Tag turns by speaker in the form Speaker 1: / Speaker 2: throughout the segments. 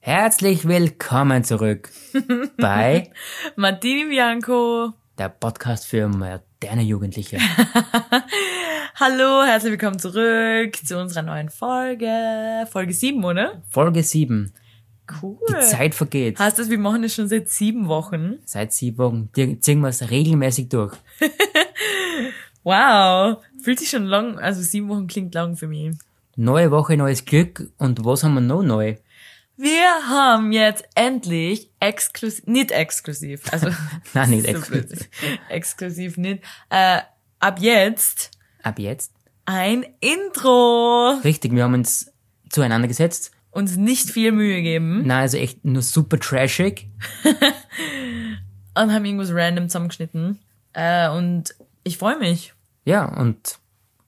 Speaker 1: Herzlich willkommen zurück bei
Speaker 2: Martini Bianco.
Speaker 1: der Podcast für moderne Jugendliche.
Speaker 2: Hallo, herzlich willkommen zurück zu unserer neuen Folge. Folge 7, oder?
Speaker 1: Folge 7.
Speaker 2: Cool.
Speaker 1: Die Zeit vergeht.
Speaker 2: Heißt das, wir machen das schon seit sieben Wochen?
Speaker 1: Seit sieben Wochen die- ziehen wir es regelmäßig durch.
Speaker 2: Wow. Fühlt sich schon lang, also sieben Wochen klingt lang für mich.
Speaker 1: Neue Woche, neues Glück. Und was haben wir noch neu?
Speaker 2: Wir haben jetzt endlich exklusiv, nicht exklusiv, also
Speaker 1: Nein, nicht
Speaker 2: so blöd.
Speaker 1: exklusiv.
Speaker 2: exklusiv nicht, äh, ab jetzt
Speaker 1: Ab jetzt.
Speaker 2: ein Intro.
Speaker 1: Richtig, wir haben uns zueinander gesetzt.
Speaker 2: Uns nicht viel Mühe gegeben
Speaker 1: Na, also echt nur super trashig.
Speaker 2: und haben irgendwas random zusammengeschnitten. Äh, und ich freue mich.
Speaker 1: Ja, und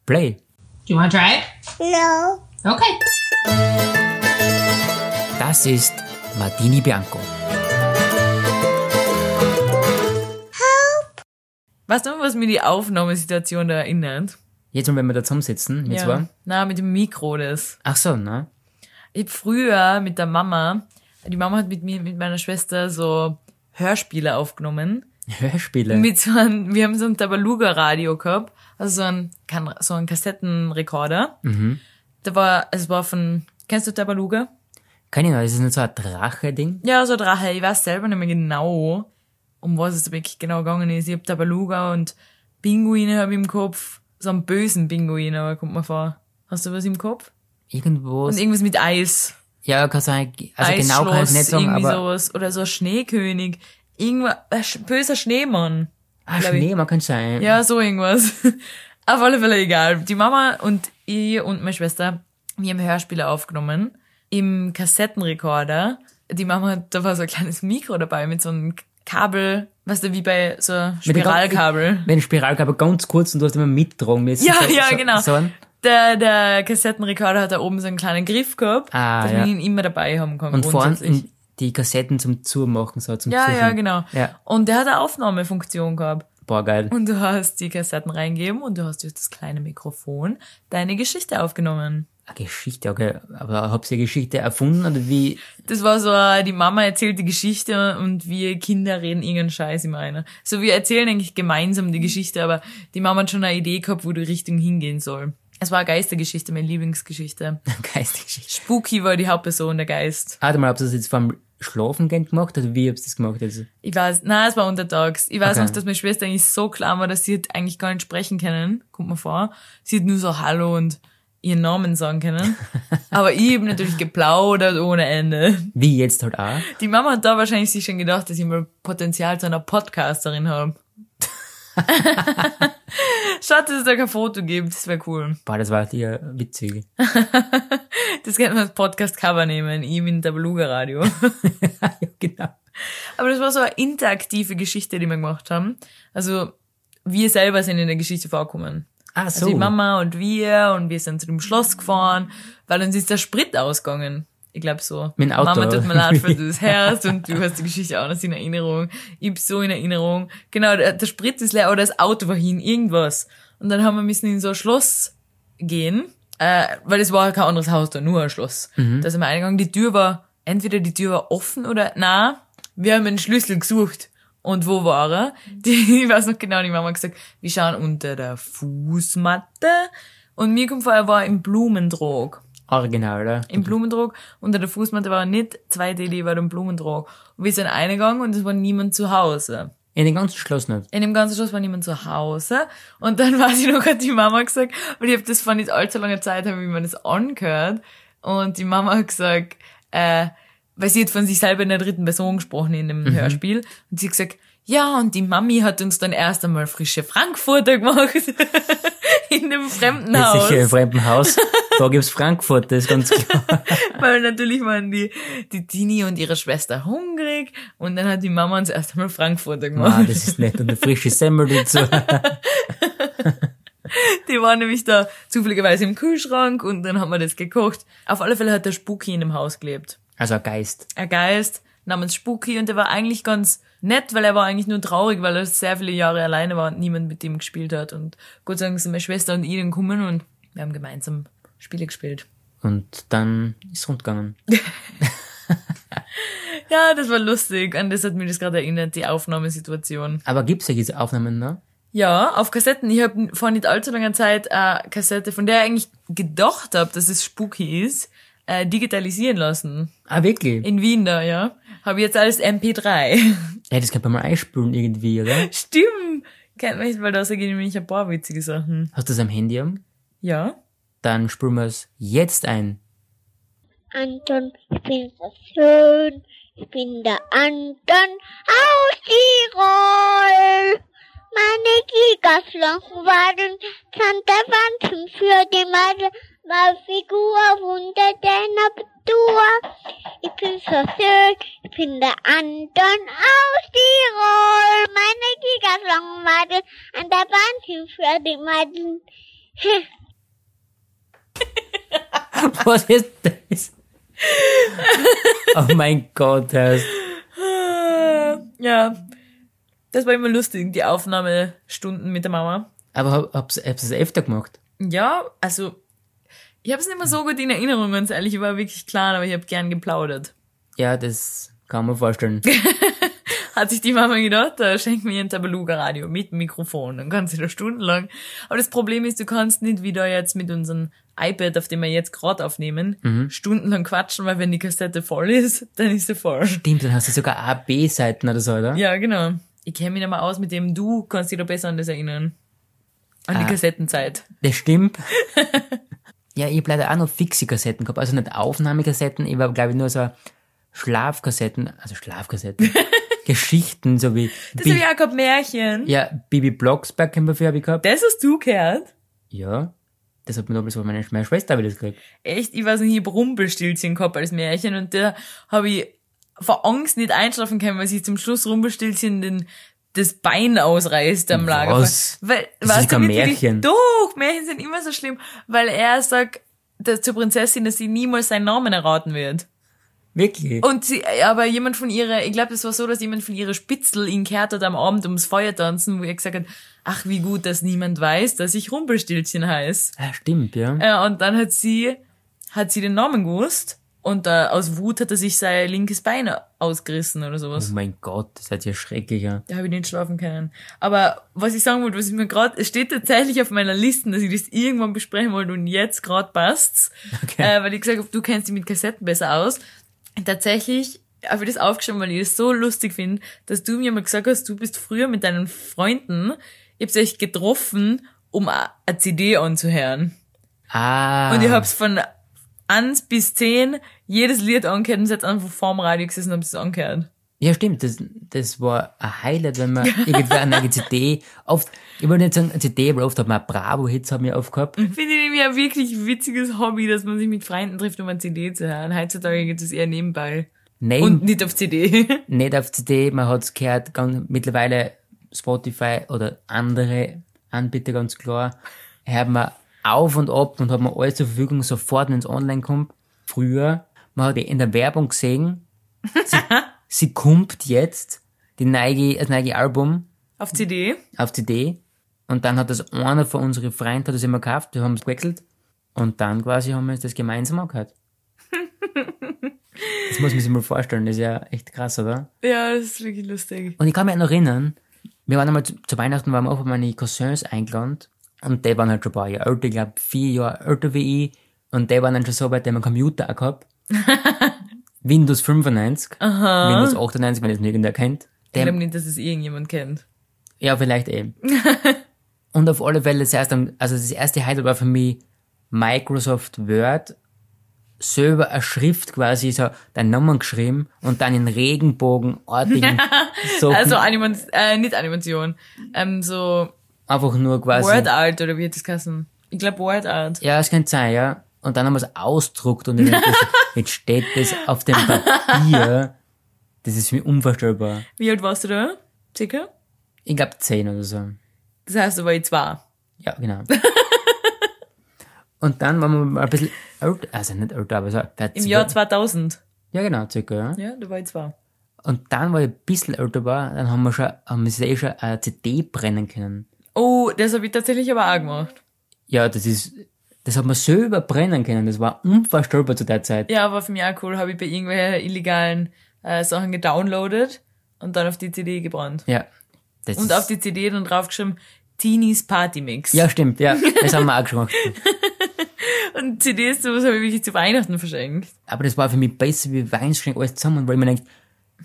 Speaker 1: play.
Speaker 3: Do you want to try it? No. Okay.
Speaker 1: Das ist Martini Bianco.
Speaker 2: Weißt du, was mir die Aufnahmesituation da erinnert?
Speaker 1: Jetzt mal, wenn wir da zusammensitzen, mit zwei.
Speaker 2: Na, mit dem Mikro das.
Speaker 1: Ach so, ne?
Speaker 2: Ich hab früher mit der Mama, die Mama hat mit mir, mit meiner Schwester so Hörspiele aufgenommen.
Speaker 1: Hörspiele.
Speaker 2: Mit so einem, wir haben so ein Tabaluga-Radio gehabt, also so ein, kann- so ein Kassettenrekorder. Da war, es war von, kennst du Tabaluga?
Speaker 1: Keine Ahnung, das ist nicht so ein Drache-Ding.
Speaker 2: Ja, so Drache, ich weiß selber nicht mehr genau, um was es wirklich genau gegangen ist. Ich hab Tabaluga und Pinguine hab ich im Kopf, so einen bösen Pinguin, aber kommt mir vor. Hast du was im Kopf?
Speaker 1: Irgendwas.
Speaker 2: Und irgendwas mit Eis.
Speaker 1: Ja, kann sein, also
Speaker 2: Eisschloss,
Speaker 1: genau kann ich nicht sagen,
Speaker 2: irgendwie
Speaker 1: aber
Speaker 2: sowas. Oder so ein Schneekönig. Irgendwas, ein sch- böser Schneemann.
Speaker 1: ah,
Speaker 2: glaub ich.
Speaker 1: Schnee, man kann sein.
Speaker 2: Ja, so irgendwas. Auf alle Fälle egal. Die Mama und ich und meine Schwester, wir haben Hörspiele aufgenommen im Kassettenrekorder. Die Mama, hat- da war so ein kleines Mikro dabei mit so einem Kabel, weißt du, wie bei so einem
Speaker 1: Mit dem Kopf-
Speaker 2: Spiralkabel.
Speaker 1: Wenn Spiralkabel ganz kurz und du hast immer mittragen müssen.
Speaker 2: Ja,
Speaker 1: so,
Speaker 2: ja,
Speaker 1: so,
Speaker 2: genau.
Speaker 1: So ein,
Speaker 2: Der, der Kassettenrekorder hat da oben so einen kleinen Griff gehabt,
Speaker 1: Ah,
Speaker 2: dass
Speaker 1: ja.
Speaker 2: man ihn immer dabei haben kann.
Speaker 1: und vorne
Speaker 2: grundsätzlich.
Speaker 1: in die Kassetten zum Zumachen, so zum
Speaker 2: Ja,
Speaker 1: Zufügen.
Speaker 2: ja, genau.
Speaker 1: Ja.
Speaker 2: Und der hat eine Aufnahmefunktion gehabt.
Speaker 1: Boah, geil.
Speaker 2: Und du hast die Kassetten reingegeben und du hast durch das kleine Mikrofon deine Geschichte aufgenommen.
Speaker 1: Eine Geschichte, okay. Aber habt ihr Geschichte erfunden oder wie?
Speaker 2: Das war so, äh, die Mama erzählt die Geschichte und wir Kinder reden irgendeinen Scheiß immer einer. So, wir erzählen eigentlich gemeinsam die Geschichte, aber die Mama hat schon eine Idee gehabt, wo die Richtung hingehen soll. Es war eine Geistergeschichte, meine Lieblingsgeschichte.
Speaker 1: Geistgeschichte.
Speaker 2: Spooky war die Hauptperson, der Geist.
Speaker 1: Warte mal, habt ihr das jetzt vorm Schlafen gehen gemacht oder wie habt ihr das gemacht? Also,
Speaker 2: Ich weiß, nein, es war untertags. Ich weiß
Speaker 1: Okay.
Speaker 2: noch, dass meine Schwester eigentlich so klar war, dass sie hat eigentlich gar nicht sprechen können. Kommt mir vor. Sie hat nur so Hallo und ihren Namen sagen können. aber ich habe natürlich geplaudert ohne Ende.
Speaker 1: wie jetzt halt auch.
Speaker 2: Die Mama hat da wahrscheinlich sich schon gedacht, dass ich mal Potenzial zu einer Podcasterin habe. Schade, dass es da kein Foto gibt, das wäre cool.
Speaker 1: Boah, das war ja witzig.
Speaker 2: Das könnte man als Podcast-Cover nehmen, ihm in der Beluga-Radio.
Speaker 1: ja, genau.
Speaker 2: Aber das war so eine interaktive Geschichte, die wir gemacht haben. Also wir selber sind in der Geschichte vorgekommen.
Speaker 1: Ah, so.
Speaker 2: Also die Mama und wir und wir sind zu dem Schloss gefahren, weil uns ist der Sprit ausgegangen. Ich glaube so.
Speaker 1: Mit dem Auto.
Speaker 2: Mama tut mir leid für das Herz und du hast die Geschichte auch noch in Erinnerung. Ich hab so in Erinnerung. Genau, der, der Sprit ist leer oder das Auto war hin, irgendwas. Und dann haben wir müssen in so ein Schloss gehen, äh, weil es war kein anderes Haus da, nur ein Schloss. Da sind wir eingegangen. Die Tür war, entweder die Tür war offen oder, na, wir haben einen Schlüssel gesucht. Und wo war er? Die, ich weiß noch genau, die Mama hat gesagt, wir schauen unter der Fußmatte. Und mir kommt vor, er war im Blumentrog.
Speaker 1: Original, oder?
Speaker 2: Im Blumendruck. Unter der Fußmatte war er nicht. Zwei Deli war im Blumendruck. Und wir sind eingegangen und es war niemand zu Hause.
Speaker 1: In den ganzen Schloss nicht.
Speaker 2: In dem ganzen Schloss war niemand zu Hause. Und dann war sie noch, hat die Mama gesagt, und ich habe das vor nicht allzu langer Zeit, habe ich mir das angehört. Und die Mama hat gesagt, äh, weil sie hat von sich selber in der dritten Person gesprochen in dem Hörspiel. Und sie hat gesagt, ja, und die Mami hat uns dann erst einmal frische Frankfurter gemacht. in dem fremden Haus.
Speaker 1: Sicher im fremden Haus. Da gibt's Frankfurt, das ist ganz klar.
Speaker 2: Weil natürlich waren die, die Tini und ihre Schwester hungrig und dann hat die Mama uns erst einmal Frankfurter
Speaker 1: Ah,
Speaker 2: gemacht.
Speaker 1: das ist nett. Und eine frische Semmel dazu.
Speaker 2: die waren nämlich da zufälligerweise im Kühlschrank und dann haben wir das gekocht. Auf alle Fälle hat der Spooky in dem Haus gelebt.
Speaker 1: Also ein Geist.
Speaker 2: Ein Geist namens Spooky und der war eigentlich ganz nett, weil er war eigentlich nur traurig, weil er sehr viele Jahre alleine war und niemand mit ihm gespielt hat. Und Gott sei Dank sind meine Schwester und ich dann gekommen und wir haben gemeinsam Spiele gespielt.
Speaker 1: Und dann ist rund gegangen.
Speaker 2: Ja, das war lustig. An das hat mich das gerade erinnert, die Aufnahmesituation.
Speaker 1: Aber gibt's ja diese Aufnahmen, ne?
Speaker 2: Ja, auf Kassetten. Ich habe vor nicht allzu langer Zeit eine Kassette, von der ich eigentlich gedacht habe, dass es spooky ist, äh, digitalisieren lassen.
Speaker 1: Ah, wirklich?
Speaker 2: In Wien da, ja. Habe jetzt alles MP3.
Speaker 1: Ja, das kann man mal einspülen irgendwie, oder?
Speaker 2: Stimmt. Kennt man nicht, weil da gehen nämlich ein paar witzige Sachen.
Speaker 1: Hast du das am Handy haben?
Speaker 2: Ja.
Speaker 1: Dann spülen wir es jetzt ein.
Speaker 4: Anton, ich bin so schön. Ich bin der Anton aus Tirol. Meine Gigaslocken waren Santa Wanzen für die Madel. Meine Figur Wunder der Natur. Ich bin so schön. Ich bin der Anton aus Tirol. Meine Gigaslocken waren Santa Wanzen für die Madel.
Speaker 1: Was ist das? oh mein Gott, das.
Speaker 2: Ja. Das war immer lustig, die Aufnahmestunden mit der Mama.
Speaker 1: Aber hab, hab's, hab's das öfter gemacht?
Speaker 2: Ja, also ich habe es nicht mehr so gut in Erinnerung, ganz ehrlich. Ich war wirklich klein, aber ich habe gern geplaudert.
Speaker 1: Ja, das kann man vorstellen.
Speaker 2: Hat sich die Mama gedacht, da schenk mir ein Tabaluga-Radio mit Mikrofon, dann kannst du da stundenlang. Aber das Problem ist, du kannst nicht wieder jetzt mit unserem iPad, auf dem wir jetzt gerade aufnehmen,
Speaker 1: Mhm.
Speaker 2: stundenlang quatschen, weil wenn die Kassette voll ist, dann ist sie voll.
Speaker 1: Stimmt, dann hast du sogar A, B-Seiten oder so, oder?
Speaker 2: Ja, genau. Ich kenne mich da mal aus mit dem, du kannst dich da besser an das erinnern. An die
Speaker 1: Ah.
Speaker 2: Kassettenzeit.
Speaker 1: Das stimmt. ja, ich hab leider auch noch fixe Kassetten gehabt. Also nicht Aufnahmekassetten, ich war, glaube ich, nur so Schlafkassetten, also Schlafkassetten. Geschichten, so wie.
Speaker 2: Das
Speaker 1: Bi-
Speaker 2: habe ich auch gehabt, Märchen.
Speaker 1: ja, Bibi Blocksberg haben wir früher gehabt.
Speaker 2: Das hast du gehört?
Speaker 1: Ja. Das hat mir damals von meiner meine Schwester wieder gekriegt.
Speaker 2: echt, ich weiß nicht, ich hab Rumpelstilzchen gehabt als Märchen und da habe ich vor Angst nicht einschlafen können, weil sich zum Schluss Rumpelstilzchen den das Bein ausreißt am Lagerfeuer.
Speaker 1: Was?
Speaker 2: Weil,
Speaker 1: Das ist
Speaker 2: weißt
Speaker 1: nicht
Speaker 2: du,
Speaker 1: ein
Speaker 2: wie die-
Speaker 1: Märchen.
Speaker 2: Doch, Märchen sind immer so schlimm, weil er sagt dass zur Prinzessin, dass sie niemals seinen Namen erraten wird.
Speaker 1: Wirklich?
Speaker 2: Und sie, aber jemand von ihrer, ich glaube, das war so, dass jemand von ihrer Spitzel ihn kehrt hat am Abend ums Feuer tanzen, wo er gesagt hat, ach, wie gut, dass niemand weiß, dass ich Rumpelstilzchen heiß.
Speaker 1: Ah, stimmt, ja.
Speaker 2: Ja, Äh, und dann hat sie, hat sie den Namen gewusst und äh, aus Wut hat er sich sein linkes Bein ausgerissen oder
Speaker 1: Oh
Speaker 2: sowas.
Speaker 1: mein Gott, das seid ihr schrecklicher.
Speaker 2: Da habe ich nicht schlafen können. Aber was ich sagen wollte, was ich mir gerade, es steht tatsächlich auf meiner Liste, dass ich das irgendwann besprechen wollte und jetzt gerade passt's,
Speaker 1: Okay.
Speaker 2: äh, weil ich gesagt habe, du kennst dich mit Kassetten besser aus. Tatsächlich habe ich das aufgeschrieben, weil ich das so lustig finde, dass du mir mal gesagt hast, du bist früher mit deinen Freunden, ihr habt euch getroffen, um a- eine CD anzuhören.
Speaker 1: Ah.
Speaker 2: Und ich hab's von 1 bis 10 jedes Lied angehört und seid einfach vorm Radio gesessen und hab's angehört.
Speaker 1: Ja, stimmt, das, das war ein Highlight, wenn man irgendwie an eine CD, oft, ich wollte nicht sagen eine CD, aber oft hat man Bravo-Hits haben wir oft gehabt.
Speaker 2: Finde ich nämlich ein wirklich witziges Hobby, dass man sich mit Freunden trifft, um eine CD zu hören. Heutzutage geht es eher nebenbei.
Speaker 1: Nein,
Speaker 2: Und nicht auf CD.
Speaker 1: nicht auf CD, man hat's gehört, ganz, mittlerweile Spotify oder andere Anbieter ganz klar, hört man auf und ab und hat man alles zur Verfügung sofort, wenn's online kommt. Früher, man hat die in der Werbung gesehen, sie, sie kommt jetzt, die Nike, das Nike-Album,
Speaker 2: auf CD.
Speaker 1: auf CD. Und dann hat das einer von unseren Freunden hat das immer gekauft, wir haben es gewechselt. Und dann quasi haben wir uns das gemeinsam angehört. das muss man sich mal vorstellen, das ist ja echt krass, oder?
Speaker 2: Ja, das ist wirklich lustig.
Speaker 1: Und ich kann mich noch erinnern, wir waren einmal zu, zu Weihnachten, waren wir auch bei meinen Cousins eingeladen. Und die waren halt schon ein paar Jahre älter, ich glaube vier Jahre älter wie ich. Und die waren dann schon so weit, die haben einen Computer auch gehabt. Windows 95, Windows 98, wenn das irgendwer kennt. Die
Speaker 2: Ich
Speaker 1: haben-
Speaker 2: glaube nicht, dass es irgendjemand kennt.
Speaker 1: ja, vielleicht eben. und auf alle Fälle, das erste, also das erste Highlight war für mich Microsoft Word, selber eine Schrift quasi, so deinen Namen geschrieben und dann in Regenbogen, Ordnung, so
Speaker 2: Also Animation, äh, nicht Animation. Ähm, so
Speaker 1: einfach nur quasi.
Speaker 2: Word Art oder wie hat das geheißen? Ich glaube Word Art.
Speaker 1: Ja, es könnte sein, ja. Und dann haben wir es ausdruckt und ich denk, das, jetzt steht das auf dem Papier. Das ist für mich unvorstellbar.
Speaker 2: Wie alt warst du da? Circa?
Speaker 1: Ich glaube zehn oder so.
Speaker 2: Das heißt, da war ich zwei.
Speaker 1: Ja, genau. Und dann waren wir mal ein bisschen älter, also nicht älter, aber so.
Speaker 2: Im Jahr 2000.
Speaker 1: Ja, genau, circa, ja.
Speaker 2: Ja, da war ich zwei.
Speaker 1: Und dann, weil ich ein bisschen älter war, dann haben wir schon, haben wir eh schon eine CD brennen können.
Speaker 2: Oh, das habe ich tatsächlich aber auch gemacht.
Speaker 1: Ja, das ist, das hat man selber brennen können. Das war unvorstellbar zu der Zeit.
Speaker 2: Ja, war für mich auch cool. Habe ich bei irgendwelchen illegalen äh, Sachen gedownloadet und dann auf die CD gebrannt.
Speaker 1: Ja. Das
Speaker 2: Und
Speaker 1: ist-
Speaker 2: auf die CD dann draufgeschrieben, Teenies Party Mix.
Speaker 1: ja, stimmt, ja. Das haben wir auch gemacht.
Speaker 2: Und CDs, sowas habe ich wirklich zu Weihnachten verschenkt.
Speaker 1: Aber das war für mich besser wie Weinschränk alles zusammen, weil ich mir denke,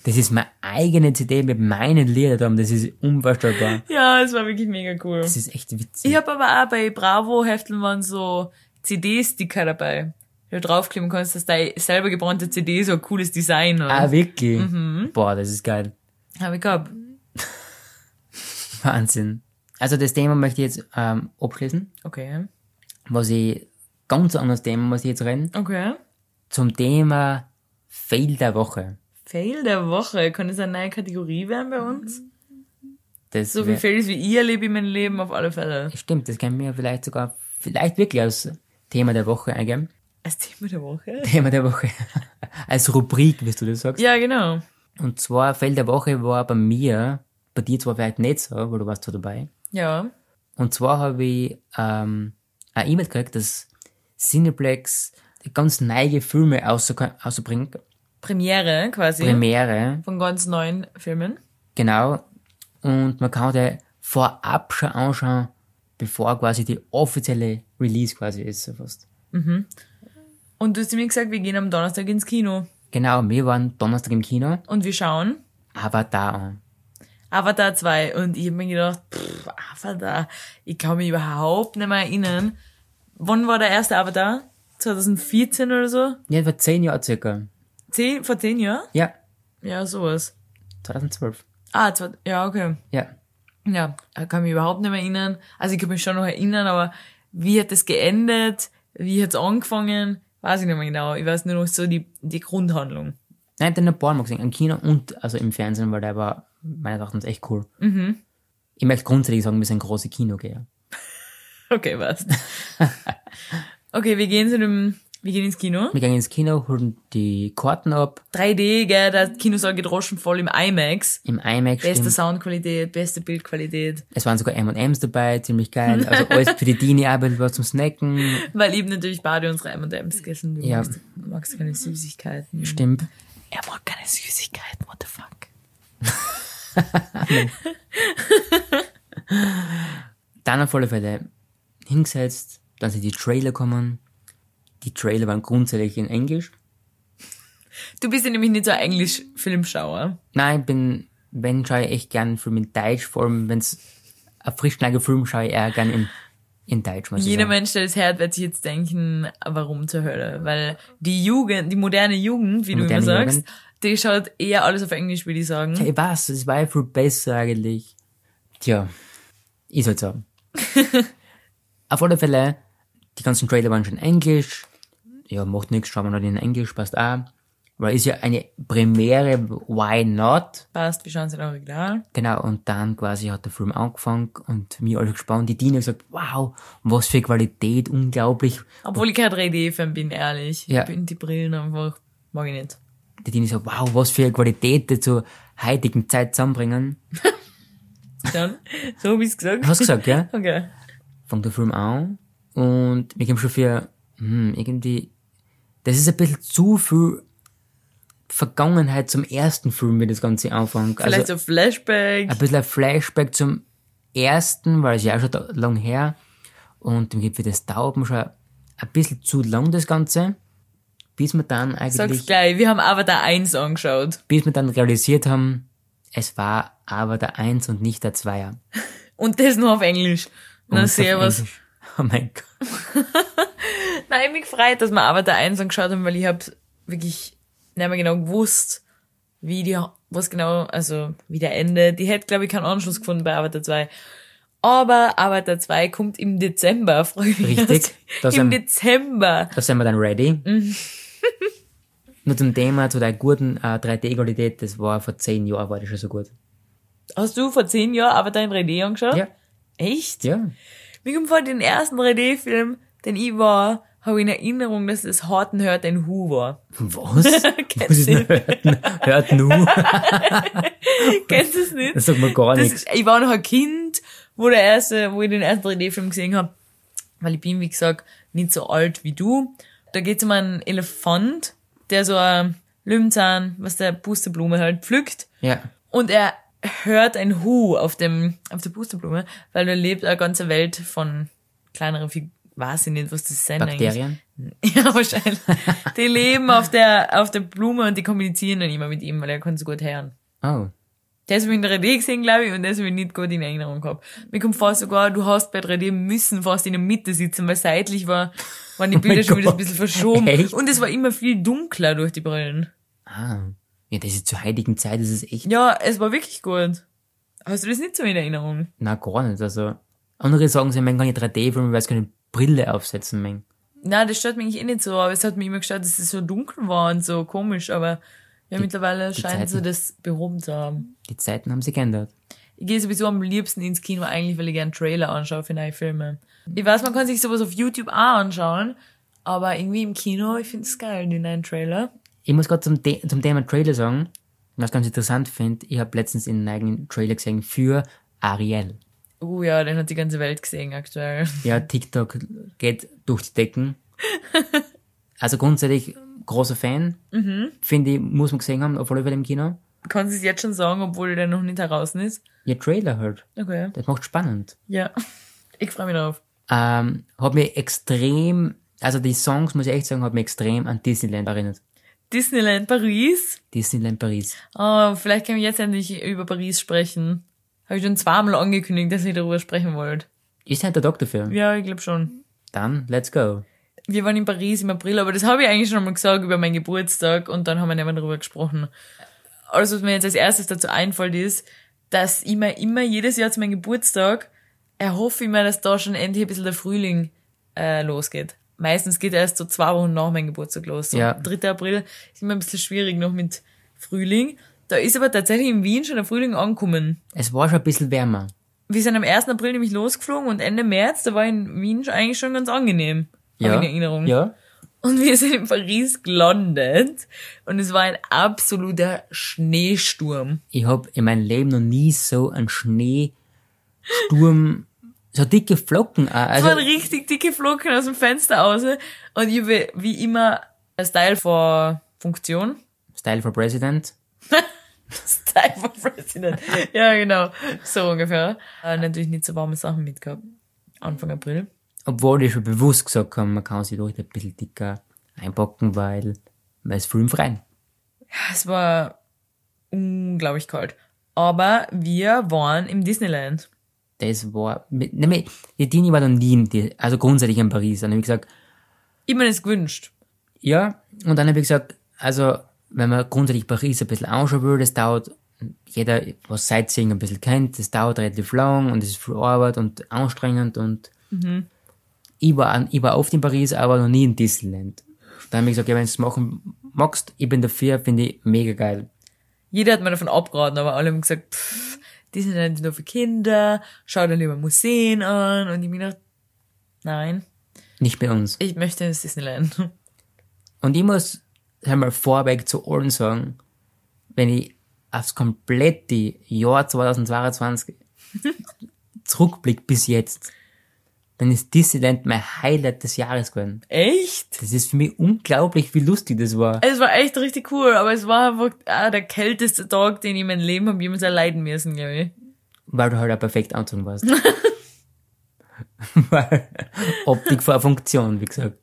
Speaker 1: das ist meine eigene CD mit meinen Liedern dran, das ist unvorstellbar.
Speaker 2: Ja, es war wirklich mega cool.
Speaker 1: Das ist echt witzig.
Speaker 2: Ich habe aber auch bei Bravo-Hefteln waren so CD-Sticker dabei. Wenn du draufkleben kannst, dass deine selber gebrannte CD so ein cooles Design
Speaker 1: Ah,
Speaker 2: hat.
Speaker 1: wirklich?
Speaker 2: Mhm.
Speaker 1: Boah, das ist geil.
Speaker 2: Hab ich gehabt.
Speaker 1: Wahnsinn. Also das Thema möchte ich jetzt ähm, abschließen,
Speaker 2: Okay.
Speaker 1: was ich ganz anderes Thema, was ich jetzt reden,
Speaker 2: Okay.
Speaker 1: zum Thema Fail der Woche.
Speaker 2: Fail der Woche. Kann das eine neue Kategorie werden bei uns?
Speaker 1: Das
Speaker 2: So
Speaker 1: wär-
Speaker 2: viel Fails wie ich erlebe ich mein Leben auf alle Fälle.
Speaker 1: Stimmt, das können wir vielleicht sogar, vielleicht wirklich als Thema der Woche eingeben.
Speaker 2: Als Thema der Woche?
Speaker 1: Thema der Woche. als Rubrik, wie du das sagst.
Speaker 2: Ja, genau.
Speaker 1: Und zwar Fail der Woche war bei mir, bei dir zwar vielleicht nicht so, weil du warst so dabei.
Speaker 2: Ja.
Speaker 1: Und zwar habe ich ähm, eine E-Mail gekriegt, dass Cineplex ganz neue Filme auszubringen, auszubringen
Speaker 2: Premiere quasi.
Speaker 1: Premiere,
Speaker 2: von ganz neuen Filmen.
Speaker 1: genau. Und man kann die vorab schon anschauen, bevor quasi die offizielle Release quasi ist, so fast.
Speaker 2: Und du hast mir gesagt, wir gehen am Donnerstag ins Kino.
Speaker 1: Genau, wir waren Donnerstag im Kino,
Speaker 2: Und wir schauen
Speaker 1: aber da an.
Speaker 2: Avatar 2. Und ich habe mir gedacht, pff, Avatar, ich kann mich überhaupt nicht mehr erinnern. Wann war der erste Avatar? 2014 oder so?
Speaker 1: Ja, vor zehn Jahren circa.
Speaker 2: Zehn, vor zehn Jahren?
Speaker 1: Ja,
Speaker 2: Ja, sowas.
Speaker 1: 2012.
Speaker 2: Ah, zwei, ja, okay.
Speaker 1: Ja.
Speaker 2: Ja, ich kann mich überhaupt nicht mehr erinnern. Also ich kann mich schon noch erinnern, aber wie hat es geendet? Wie hat's angefangen? Weiß ich nicht mehr genau. Ich weiß nur noch so die, die Grundhandlung.
Speaker 1: Nein, den ein paar Mal gesehen, im Kino und also im Fernsehen, weil der war meines Erachtens echt cool. Ich möchte grundsätzlich sagen, wir sind große Kinogeher.
Speaker 2: Okay, was? okay, wir gehen zu dem, wir gehen ins Kino.
Speaker 1: Wir gehen ins Kino, holen die Karten ab,
Speaker 2: 3D, gell, der Kinosaal geht voll im IMAX.
Speaker 1: im IMAX.
Speaker 2: Beste
Speaker 1: stimmt.
Speaker 2: Soundqualität, beste Bildqualität.
Speaker 1: Es waren sogar M&M's dabei, ziemlich geil. Also alles für die Dini, aber was zum Snacken.
Speaker 2: Weil eben natürlich beide unsere M&M's gegessen. Du
Speaker 1: Ja.
Speaker 2: magst, du magst keine Süßigkeiten.
Speaker 1: Stimmt.
Speaker 2: Er mag keine Süßigkeiten, what the fuck.
Speaker 1: Dann auf alle Fälle hingesetzt, dann sind die Trailer gekommen. Die Trailer waren grundsätzlich in Englisch.
Speaker 2: Du bist ja nämlich nicht so ein Englisch-Filmschauer.
Speaker 1: Nein, ich bin, wenn schaue ich echt gern einen Film in Deutsch, vor allem wenn es ein frischnager Film schaue ich eher gern in, in Deutsch. muss ich
Speaker 2: Jeder
Speaker 1: sagen.
Speaker 2: Mensch, der das hört, wird sich jetzt denken, warum zur Hölle? Weil die Jugend, die moderne Jugend, wie du immer
Speaker 1: Moderne
Speaker 2: sagst,
Speaker 1: Jugend.
Speaker 2: die schaut eher alles auf Englisch, würde ich sagen.
Speaker 1: Ich weiß, es war ja viel besser eigentlich. Tja, ist halt so. Auf alle Fälle, die ganzen Trailer waren schon Englisch. Ja, macht nichts, schauen wir noch in Englisch, passt auch. Weil ist ja eine Premiere, why not?
Speaker 2: Passt, wir schauen es in Original.
Speaker 1: Genau, und dann quasi hat der Film angefangen und mir alle gespannt. Die Dina hat gesagt, wow, was für Qualität, unglaublich.
Speaker 2: Obwohl ich kein 3D-Fan bin, ehrlich.
Speaker 1: Ja.
Speaker 2: Ich bin die Brillen einfach, mag ich nicht.
Speaker 1: Die Dina so, wow, was für eine Qualität die zur heutigen Zeit zusammenbringen.
Speaker 2: Dann, so hab ich's gesagt.
Speaker 1: Hast du gesagt, ja?
Speaker 2: Okay.
Speaker 1: fängt der Film an und mir kommt schon für, hm, irgendwie, das ist ein bisschen zu viel Vergangenheit zum ersten Film, wie das Ganze anfängt.
Speaker 2: Vielleicht
Speaker 1: Also
Speaker 2: so Flashback.
Speaker 1: ein bisschen ein Flashback zum ersten, weil es ja auch schon da- lang her und mir gibt für das dauert mir schon ein bisschen zu lang das Ganze, bis wir dann
Speaker 2: Sag's
Speaker 1: eigentlich,
Speaker 2: gleich, wir haben Avatar 1 angeschaut.
Speaker 1: bis wir dann realisiert haben, es war aber der Eins und nicht der Zweier.
Speaker 2: Und das nur auf Englisch.
Speaker 1: Und
Speaker 2: Na,
Speaker 1: auf
Speaker 2: servus.
Speaker 1: Englisch. Oh mein Gott.
Speaker 2: Nein, mich freut, dass wir Avatar 1 angeschaut haben, weil ich hab wirklich nicht mehr genau gewusst, wie die, was genau, also, wie der endet. Die hätte, glaube ich, keinen Anschluss gefunden bei Avatar 2. Aber Avatar 2 kommt im Dezember, freue ich mich.
Speaker 1: Richtig.
Speaker 2: dass-
Speaker 1: Das
Speaker 2: Im
Speaker 1: am-
Speaker 2: Dezember.
Speaker 1: Da sind wir dann ready.
Speaker 2: Mhm.
Speaker 1: Nur zum Thema, zu der guten äh, 3D-Qualität, das war vor zehn Jahren, war das schon so gut.
Speaker 2: Hast du vor zehn Jahren Avatar in 3D angeschaut?
Speaker 1: Ja.
Speaker 2: Echt?
Speaker 1: Ja.
Speaker 2: Mir kommt vor, den ersten 3D-Film, den ich war, habe ich in Erinnerung, dass es Horten hört ein Hu war.
Speaker 1: Was?
Speaker 2: Kennst
Speaker 1: Was ist
Speaker 2: du?
Speaker 1: denn hört, hört nur?
Speaker 2: Kennst du es nicht?
Speaker 1: Das sagt man gar
Speaker 2: Das,
Speaker 1: nichts.
Speaker 2: ist- ich war noch ein Kind, wo, der erste, wo ich den ersten 3D-Film gesehen habe. Weil ich bin, wie gesagt, nicht so alt wie du. Da geht es um einen Elefant, der so ein Löwenzahn, was der Pusteblume halt pflückt.
Speaker 1: Ja.
Speaker 2: Und er hört ein Hu auf dem, auf der Pusteblume, weil da lebt eine ganze Welt von kleineren Figuren. Weiß ich nicht, was das sein
Speaker 1: Bakterien?
Speaker 2: eigentlich. Ja, wahrscheinlich. Die leben auf der, auf der Blume und die kommunizieren dann immer mit ihm, weil er kann so gut hören.
Speaker 1: Oh.
Speaker 2: Das habe ich in 3D gesehen, glaube ich, und das habe ich nicht gut in Erinnerung gehabt. Mir kommt vor sogar, du hast bei 3D müssen fast in der Mitte sitzen, weil seitlich war, waren die Bilder
Speaker 1: Oh mein
Speaker 2: schon wieder ein
Speaker 1: Gott.
Speaker 2: bisschen verschoben.
Speaker 1: Echt?
Speaker 2: Und es war immer viel dunkler durch die Brillen.
Speaker 1: Ah. Ja, das ist zur heiligen Zeit, das ist echt,
Speaker 2: Ja, es war wirklich gut. Hast du das nicht so in Erinnerung?
Speaker 1: na, gar nicht, also. Andere sagen, sie man kann nicht 3D-Filme, weil sie keine Brille aufsetzen, man.
Speaker 2: Na, das stört mich eigentlich eh nicht so, aber es hat mich immer gestört, dass es so dunkel war und so komisch, aber ja, mittlerweile
Speaker 1: die
Speaker 2: scheint sie
Speaker 1: Zeiten.
Speaker 2: das behoben zu haben.
Speaker 1: Die Zeiten haben sich geändert.
Speaker 2: Ich gehe sowieso am liebsten ins Kino eigentlich, weil ich gerne Trailer anschaue für neue Filme. Ich weiß, man kann sich sowas auf YouTube auch anschauen, aber irgendwie im Kino, ich finde es geil, die neuen Trailer.
Speaker 1: Ich muss gerade zum, The- zum Thema Trailer sagen, was ich ganz interessant finde, ich habe letztens einen eigenen Trailer gesehen für Ariel.
Speaker 2: Oh ja, den hat die ganze Welt gesehen aktuell.
Speaker 1: Ja, TikTok geht durch die Decken. Also grundsätzlich großer Fan. Finde ich, muss man gesehen haben, auf alle Fälle im Kino.
Speaker 2: Kannst du es jetzt schon sagen, obwohl der noch nicht heraus ist?
Speaker 1: Ja, Trailer halt.
Speaker 2: Okay.
Speaker 1: Das macht spannend.
Speaker 2: Ja. Ich freue mich drauf.
Speaker 1: Ähm, hat mir extrem, also die Songs, muss ich echt sagen, hat mir extrem an Disneyland erinnert.
Speaker 2: Disneyland Paris.
Speaker 1: Disneyland Paris.
Speaker 2: Oh, vielleicht können wir jetzt endlich über Paris sprechen. Habe ich schon zweimal angekündigt, dass ihr darüber sprechen wollt.
Speaker 1: Ist halt der Doc dafür.
Speaker 2: Ja, ich glaube schon.
Speaker 1: Dann, let's go.
Speaker 2: Wir waren in Paris im April, aber das habe ich eigentlich schon mal gesagt über meinen Geburtstag und dann haben wir nicht mehr darüber gesprochen. Alles, was mir jetzt als erstes dazu einfällt, ist, dass ich mir immer jedes Jahr zu meinem Geburtstag erhoffe ich mir, dass da schon endlich ein bisschen der Frühling äh, losgeht. Meistens geht er erst so zwei Wochen nach meinem Geburtstag los. So
Speaker 1: Ja.
Speaker 2: 3. April ist immer ein bisschen schwierig noch mit Frühling. Da ist aber tatsächlich in Wien schon der Frühling angekommen
Speaker 1: Es war schon ein bisschen wärmer.
Speaker 2: wir sind am 1. April nämlich losgeflogen und Ende März, da war in Wien schon- eigentlich schon ganz angenehm. Ja.
Speaker 1: Ja.
Speaker 2: In Erinnerung.
Speaker 1: Ja.
Speaker 2: Und wir sind in Paris gelandet und es war ein absoluter Schneesturm.
Speaker 1: Ich habe in meinem Leben noch nie so einen Schneesturm, so dicke Flocken. auch.
Speaker 2: Es
Speaker 1: Also,
Speaker 2: waren richtig dicke Flocken aus dem Fenster aus und ich habe wie immer ein Style for Funktion.
Speaker 1: Style for President.
Speaker 2: Style for President. ja, genau. So ungefähr. Äh, natürlich nicht so warme Sachen mitgehabt. Anfang April.
Speaker 1: Obwohl ich schon bewusst gesagt habe, man kann sich ruhig ein bisschen dicker einpacken, weil, weil es Film rein.
Speaker 2: Es war unglaublich kalt. Aber wir waren im Disneyland.
Speaker 1: Das war, mit- nämlich, die Tini war dann nie in, Di- also grundsätzlich in Paris. Dann habe ich gesagt,
Speaker 2: Ich hab mir das gewünscht.
Speaker 1: ja, und dann habe ich gesagt, also, wenn man grundsätzlich Paris ein bisschen anschauen will, das dauert, jeder, was Sightseeing ein bisschen kennt, das dauert relativ lang und es ist viel Arbeit und anstrengend und ich, war an, ich war oft in Paris, aber noch nie in Disneyland. Dann habe ich gesagt, ja, wenn du es machen magst, ich bin dafür, finde ich mega geil.
Speaker 2: Jeder hat mir davon abgeraten, aber alle haben gesagt, pff, Disneyland ist nur für Kinder, schau dir lieber Museen an. Und ich hab mir gedacht, nein,
Speaker 1: Nicht bei uns.
Speaker 2: ich möchte ins Disneyland.
Speaker 1: Und ich muss einmal vorweg zu allen sagen, wenn ich aufs komplette Jahr 2022 zurückblicke bis jetzt, dann ist Disneyland mein Highlight des Jahres geworden.
Speaker 2: Echt? Also
Speaker 1: Das ist für mich unglaublich, wie lustig das war.
Speaker 2: Es war echt richtig cool, aber es war einfach ah, der kälteste Tag, den ich in meinem Leben habe jemals erleiden müssen, glaube ich.
Speaker 1: Weil du halt auch perfekt anzogen warst. Weil Optik vor Funktion, wie gesagt.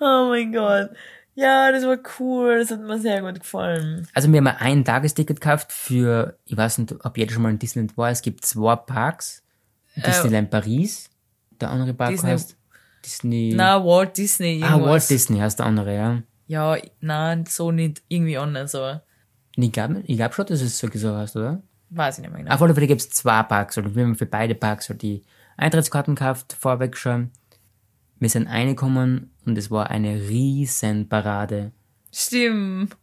Speaker 2: Oh mein Gott. Ja, das war cool, das hat mir sehr gut gefallen.
Speaker 1: Also wir haben ein Tagesticket gekauft für, ich weiß nicht, ob jeder schon mal in Disneyland war, es gibt zwei Parks. Disneyland Paris, der andere Park
Speaker 2: Äh, Disney-
Speaker 1: heißt Disney...
Speaker 2: Na, Walt Disney.
Speaker 1: ah,
Speaker 2: Irgendwas.
Speaker 1: Walt Disney heißt der andere, ja.
Speaker 2: Ja, nein, so nicht irgendwie anders, aber
Speaker 1: Ich glaube ich glaub schon, dass es so gesagt heißt, oder?
Speaker 2: weiß ich nicht mehr genau.
Speaker 1: Auf alle Fälle gibt es zwei Parks, oder wir haben für beide Parks halt die Eintrittskarten gekauft, vorweg schon. Wir sind reingekommen und es war eine riesen Parade.
Speaker 2: Stimmt.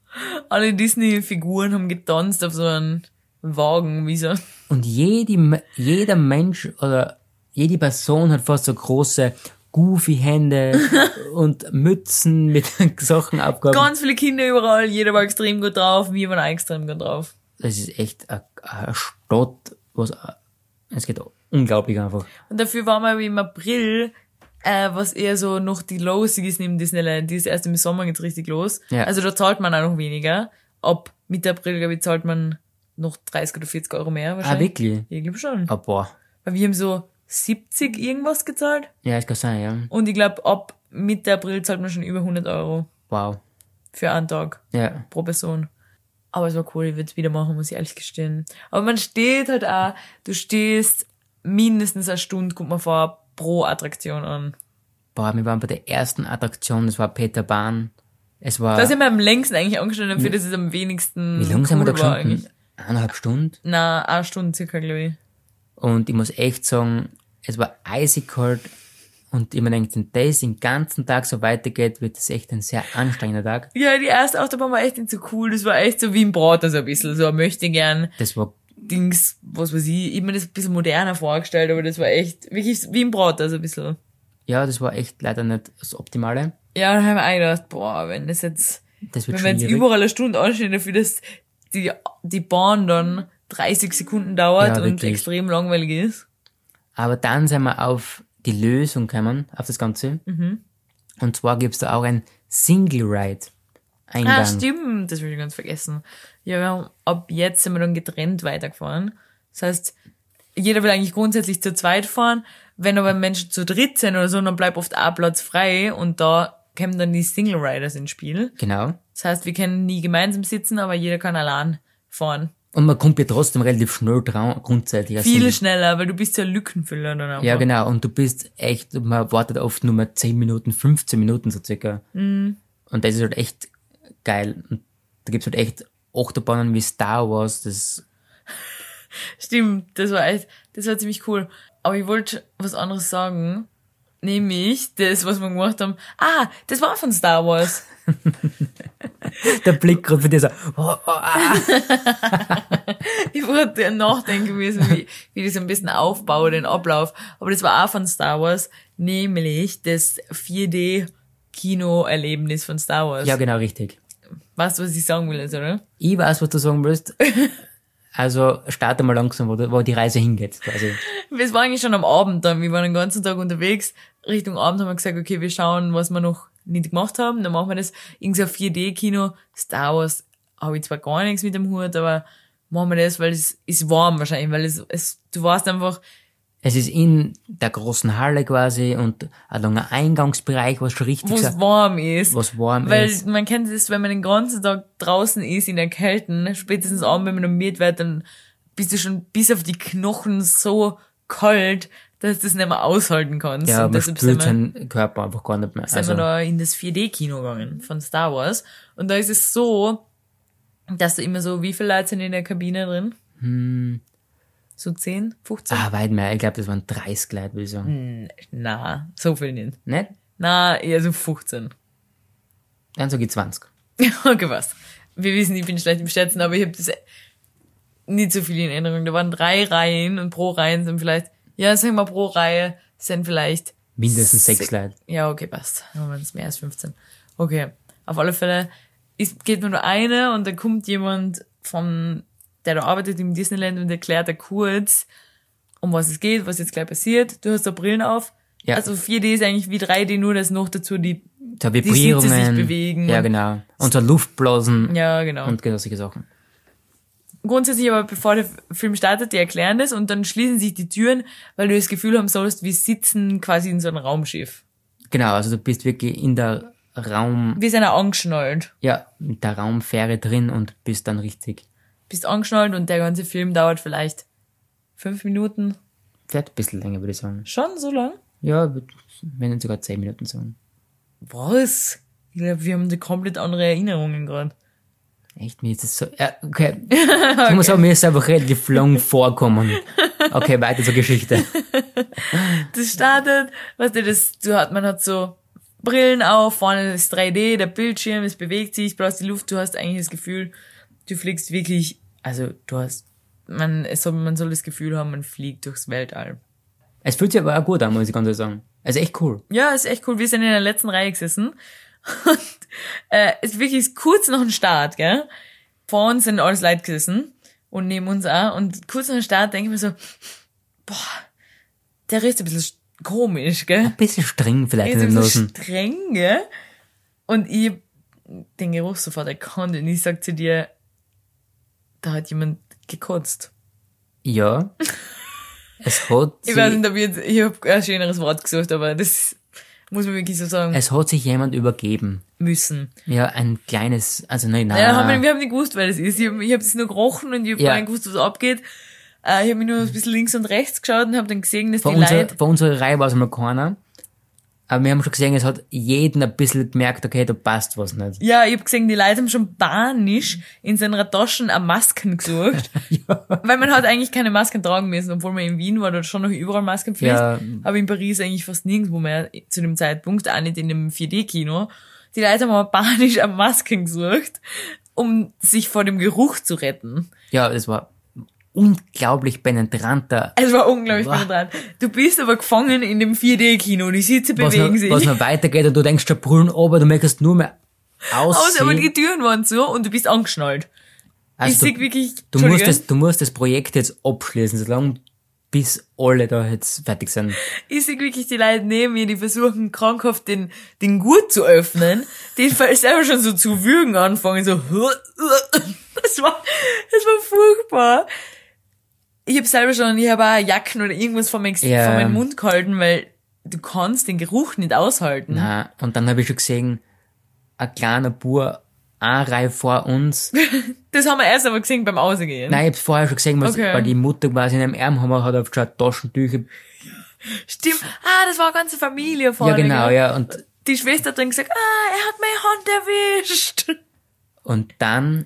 Speaker 2: Alle Disney-Figuren haben getanzt auf so einen Wagen, wie so.
Speaker 1: Und jede, Me- jeder Mensch oder jede Person hat fast so große Goofy-Hände und Mützen mit Sachen abgehoben.
Speaker 2: Ganz viele Kinder überall, jeder war extrem gut drauf, wir waren auch extrem gut drauf.
Speaker 1: Das ist echt eine eine Stadt, was es geht unglaublich einfach.
Speaker 2: Und dafür waren wir aber im April äh, was eher so noch die Lowsig ist neben Disneyland. Die ist erst im Sommer jetzt richtig los.
Speaker 1: Ja.
Speaker 2: Also da zahlt man auch noch weniger. Ab Mitte April, glaube ich, zahlt man noch 30 oder 40 Euro mehr
Speaker 1: Ah,
Speaker 2: wahrscheinlich.
Speaker 1: wirklich?
Speaker 2: ich glaube schon.
Speaker 1: Ah, boah.
Speaker 2: Weil wir haben so 70 irgendwas gezahlt.
Speaker 1: Ja, das kann sein, ja.
Speaker 2: Und ich glaube, ab Mitte April zahlt man schon über 100 Euro
Speaker 1: Wow.
Speaker 2: für einen Tag
Speaker 1: Ja.
Speaker 2: pro Person. Aber es war cool, ich würde es wieder machen, muss ich ehrlich gestehen. Aber man steht halt auch, du stehst mindestens eine Stunde, kommt man vor, pro Attraktion an.
Speaker 1: Boah, wir waren bei der ersten Attraktion, das war Peter Bahn. Es war.
Speaker 2: Da sind wir am längsten eigentlich angestanden, dafür, dass es am wenigsten
Speaker 1: Ah. wie lange sind wir da
Speaker 2: cool war
Speaker 1: gestanden? Eineinhalb Stunden.
Speaker 2: Na, eine Stunde circa, glaube ich.
Speaker 1: Und ich muss echt sagen, es war eisig kalt. Und ich mir denke, wenn das den ganzen Tag so weitergeht, wird das echt ein sehr anstrengender Tag.
Speaker 2: Ja, die erste Autobahn war echt nicht so cool. Das war echt so wie im Brat, also ein bisschen so, ein möchte gern
Speaker 1: Das war,
Speaker 2: Dings, was weiß ich, ich hab mir das ein bisschen moderner vorgestellt, aber das war echt wirklich wie im Brat, also ein bisschen.
Speaker 1: ja, das war echt leider nicht das Optimale.
Speaker 2: Ja, dann haben wir auch gedacht, boah, wenn das jetzt,
Speaker 1: Das wird
Speaker 2: wenn wir jetzt
Speaker 1: schwierig.
Speaker 2: überall eine Stunde anstehen dafür, dass die, die Bahn dann 30 Sekunden dauert
Speaker 1: Ja,
Speaker 2: und
Speaker 1: wirklich.
Speaker 2: extrem langweilig ist.
Speaker 1: Aber dann sind wir auf die Lösung gekommen, auf das Ganze.
Speaker 2: Mhm.
Speaker 1: Und zwar gibt's da auch ein Single Ride Eingang.
Speaker 2: Ah, stimmt, das will ich ganz vergessen. Ja, wir haben, ab jetzt sind wir dann getrennt weitergefahren. Das heißt, jeder will eigentlich grundsätzlich zu zweit fahren. Wenn aber Menschen zu dritt sind oder so, dann bleibt oft ein Platz frei und da kommen dann die Single Riders ins Spiel.
Speaker 1: Genau.
Speaker 2: Das heißt, wir können nie gemeinsam sitzen, aber jeder kann allein fahren.
Speaker 1: Und man kommt ja trotzdem relativ schnell dran, grundsätzlich. als
Speaker 2: Viel
Speaker 1: Single-
Speaker 2: schneller, weil du bist ja Lückenfüller dann einfach.
Speaker 1: Ja, genau. Und du bist echt, man wartet oft nur mal 10 Minuten, 15 Minuten so circa.
Speaker 2: Mhm.
Speaker 1: Und das ist halt echt geil. Und da gibt's halt echt Achterbahnen wie Star Wars, das,
Speaker 2: Stimmt, das war echt, das war ziemlich cool. Aber ich wollte was anderes sagen. Nämlich das, was wir gemacht haben. Ah, das war von Star Wars.
Speaker 1: der Blick gerade von dir so, oh, oh, ah.
Speaker 2: Ich wollte nachdenken müssen, wie, wie ich so ein bisschen aufbaue, den Ablauf. Aber das war auch von Star Wars, nämlich das 4D-Kino-Erlebnis von Star Wars.
Speaker 1: Ja, genau, richtig.
Speaker 2: Weißt du, was ich sagen will jetzt, oder?
Speaker 1: Ich weiß, was du sagen willst. Also, starte mal langsam, wo, du, wo die Reise hingeht, quasi.
Speaker 2: Es war eigentlich schon am Abend dann. Wir waren den ganzen Tag unterwegs. Richtung Abend haben wir gesagt, okay, wir schauen, was wir noch nicht gemacht haben. Dann machen wir das irgendwie auf 4D-Kino. Star Wars habe ich zwar gar nichts mit dem Hut, aber machen wir das, weil es ist warm wahrscheinlich, weil es, es du warst einfach,
Speaker 1: Es ist in der großen Halle quasi und ein langer Eingangsbereich, was schon richtig
Speaker 2: wo es
Speaker 1: sa-
Speaker 2: warm ist.
Speaker 1: was warm
Speaker 2: Weil
Speaker 1: ist.
Speaker 2: man kennt es, wenn man den ganzen Tag draußen ist in der Kälte, spätestens abends, wenn man dann miert wird, dann bist du schon bis auf die Knochen so kalt, dass du das nicht mehr aushalten kannst.
Speaker 1: Ja, man
Speaker 2: Und deshalb sind
Speaker 1: spürt
Speaker 2: wir-
Speaker 1: seinen Körper einfach gar nicht mehr. Also,
Speaker 2: sind wir da in das 4D-Kino gegangen von Star Wars. Und da ist es so, dass du immer so, wie viele Leute sind in der Kabine drin? Hm. So 10, 15?
Speaker 1: Ah, weit mehr. Ich glaube, das waren 30 Leute, würde ich sagen.
Speaker 2: Hm. Na, so viel nicht.
Speaker 1: Nicht?
Speaker 2: Na, eher so 15.
Speaker 1: Dann sage ich 20.
Speaker 2: okay, was? Wir wissen, ich bin schlecht im Schätzen, aber ich habe das nicht so viel in Erinnerung. Da waren drei Reihen und pro Reihen sind vielleicht, ja, sagen wir pro Reihe sind vielleicht
Speaker 1: Mindestens sechs
Speaker 2: Sech-
Speaker 1: Leute.
Speaker 2: Ja, okay, passt. Dann waren es mehr als 15. Okay. Auf alle Fälle ist, geht nur noch eine und dann kommt jemand von, der da arbeitet im Disneyland und erklärt da kurz, um was es geht, was jetzt gleich passiert. Du hast da Brillen auf.
Speaker 1: Ja.
Speaker 2: Also 4D ist eigentlich wie 3D, nur dass noch dazu die,
Speaker 1: So
Speaker 2: Sitze sich
Speaker 1: Vibrierungen.
Speaker 2: bewegen.
Speaker 1: Ja, genau. Und so Luftblasen
Speaker 2: ja, genau.
Speaker 1: und genau solche Sachen.
Speaker 2: grundsätzlich aber bevor der Film startet, die erklären das und dann schließen sich die Türen, weil du das Gefühl haben sollst, wir sitzen quasi in so einem Raumschiff.
Speaker 1: Genau, also du bist wirklich in der Raum,
Speaker 2: Wir sind auch angeschnallt.
Speaker 1: ja, in der Raumfähre drin und bist dann richtig.
Speaker 2: Bist angeschnallt und der ganze Film dauert vielleicht fünf Minuten.
Speaker 1: Vielleicht ein bisschen länger, würde ich sagen.
Speaker 2: Schon so lang?
Speaker 1: Ja, würd- wenn nicht sogar 10 Minuten sagen.
Speaker 2: Was? Ich glaube, wir haben da komplett andere Erinnerungen gerade.
Speaker 1: Echt, mir ist das so, ja, okay. Ich muss sagen, mir ist es einfach relativ lang vorkommen. Okay, weiter zur Geschichte.
Speaker 2: Das startet, weißt du, das, du hat, man hat so Brillen auf, vorne ist 3D, der Bildschirm, es bewegt sich, du hast die Luft, du hast eigentlich das Gefühl, du fliegst wirklich, also du hast, man, es soll, man soll das Gefühl haben, man fliegt durchs Weltall.
Speaker 1: Es fühlt sich aber auch gut an, muss ich ganz ehrlich sagen. Also echt cool.
Speaker 2: Ja, ist echt cool. Wir sind in der letzten Reihe gesessen. Und äh, ist wirklich kurz nach dem Start, gell? Vor uns sind alles Leute gesessen und neben uns auch. Und kurz nach dem Start denke ich mir so, boah, der riecht ein bisschen komisch, gell?
Speaker 1: Ein bisschen streng vielleicht in
Speaker 2: Ist
Speaker 1: den
Speaker 2: so
Speaker 1: Nosen.
Speaker 2: streng, gell? Und ich hab den Geruch sofort erkannt und ich sag zu dir, da hat jemand gekotzt.
Speaker 1: Ja. Es hat,
Speaker 2: Ich weiß
Speaker 1: sie,
Speaker 2: nicht, ob ich jetzt, ich hab ein schöneres Wort gesucht, aber das muss man wirklich so sagen
Speaker 1: es hat sich jemand übergeben.
Speaker 2: müssen.
Speaker 1: Ja, ein kleines, also nein, nein.
Speaker 2: Ja, haben wir, wir haben nicht gewusst, wer das ist. Ich habe ich hab das nur gerochen und ich habe
Speaker 1: Ja.
Speaker 2: gar nicht gewusst, was abgeht. Äh, ich habe mich nur ein bisschen links und rechts geschaut und habe dann gesehen, dass die
Speaker 1: Bei, unser,
Speaker 2: Leute...
Speaker 1: bei unserer Reihe war es einmal keiner. Aber wir haben schon gesehen, es hat jeden ein bisschen gemerkt, okay, da passt was nicht.
Speaker 2: Ja, ich habe gesehen, die Leute haben schon panisch in seiner Taschen am Masken gesucht. Weil man hat eigentlich keine Masken tragen müssen, obwohl man in Wien war, dort schon noch überall Masken pflicht.
Speaker 1: Ja.
Speaker 2: Aber in Paris eigentlich fast nirgendwo mehr zu dem Zeitpunkt, auch nicht in dem 4D-Kino. Die Leute haben aber panisch am Masken gesucht, um sich vor dem Geruch zu retten.
Speaker 1: Ja, das war unglaublich penetranter.
Speaker 2: Es war unglaublich
Speaker 1: Wow.
Speaker 2: penetrant. Du bist aber gefangen in dem 4D-Kino. Die Sitze
Speaker 1: Was noch,
Speaker 2: bewegen sich.
Speaker 1: was noch weitergeht und du denkst, der Brüllen aber du möchtest nur mehr
Speaker 2: Aus,
Speaker 1: aussehen.
Speaker 2: aber die Türen waren zu und du bist angeschnallt. ich
Speaker 1: also
Speaker 2: sehe
Speaker 1: du,
Speaker 2: wirklich.
Speaker 1: du, musst
Speaker 2: Entschuldige.
Speaker 1: das, du musst das Projekt jetzt abschließen, solange bis alle da jetzt fertig sind.
Speaker 2: ich sehe wirklich die Leute neben mir, die versuchen krankhaft den, den Gurt zu öffnen, den Fall selber schon so zu würgen anfangen, so, das war, das war furchtbar. Ich habe selber schon, ich habe auch Jacken oder irgendwas vor meinem
Speaker 1: Ja.
Speaker 2: vor meinem Mund gehalten, weil du kannst den Geruch nicht aushalten.
Speaker 1: Na, und dann habe ich schon gesehen, ein kleiner Bur, eine Reihe vor uns.
Speaker 2: Das haben wir erst aber gesehen beim Ausgehen.
Speaker 1: Nein, ich hab's vorher schon gesehen, weil-
Speaker 2: Okay.
Speaker 1: weil die Mutter quasi in einem Arm haben, hat auf geschaut, Taschentücher.
Speaker 2: Stimmt. Ah, das war eine ganze Familie vorne.
Speaker 1: Ja, genau,
Speaker 2: gell?
Speaker 1: ja. Und,
Speaker 2: Die Schwester hat dann gesagt, ah, er hat meine Hand erwischt.
Speaker 1: und dann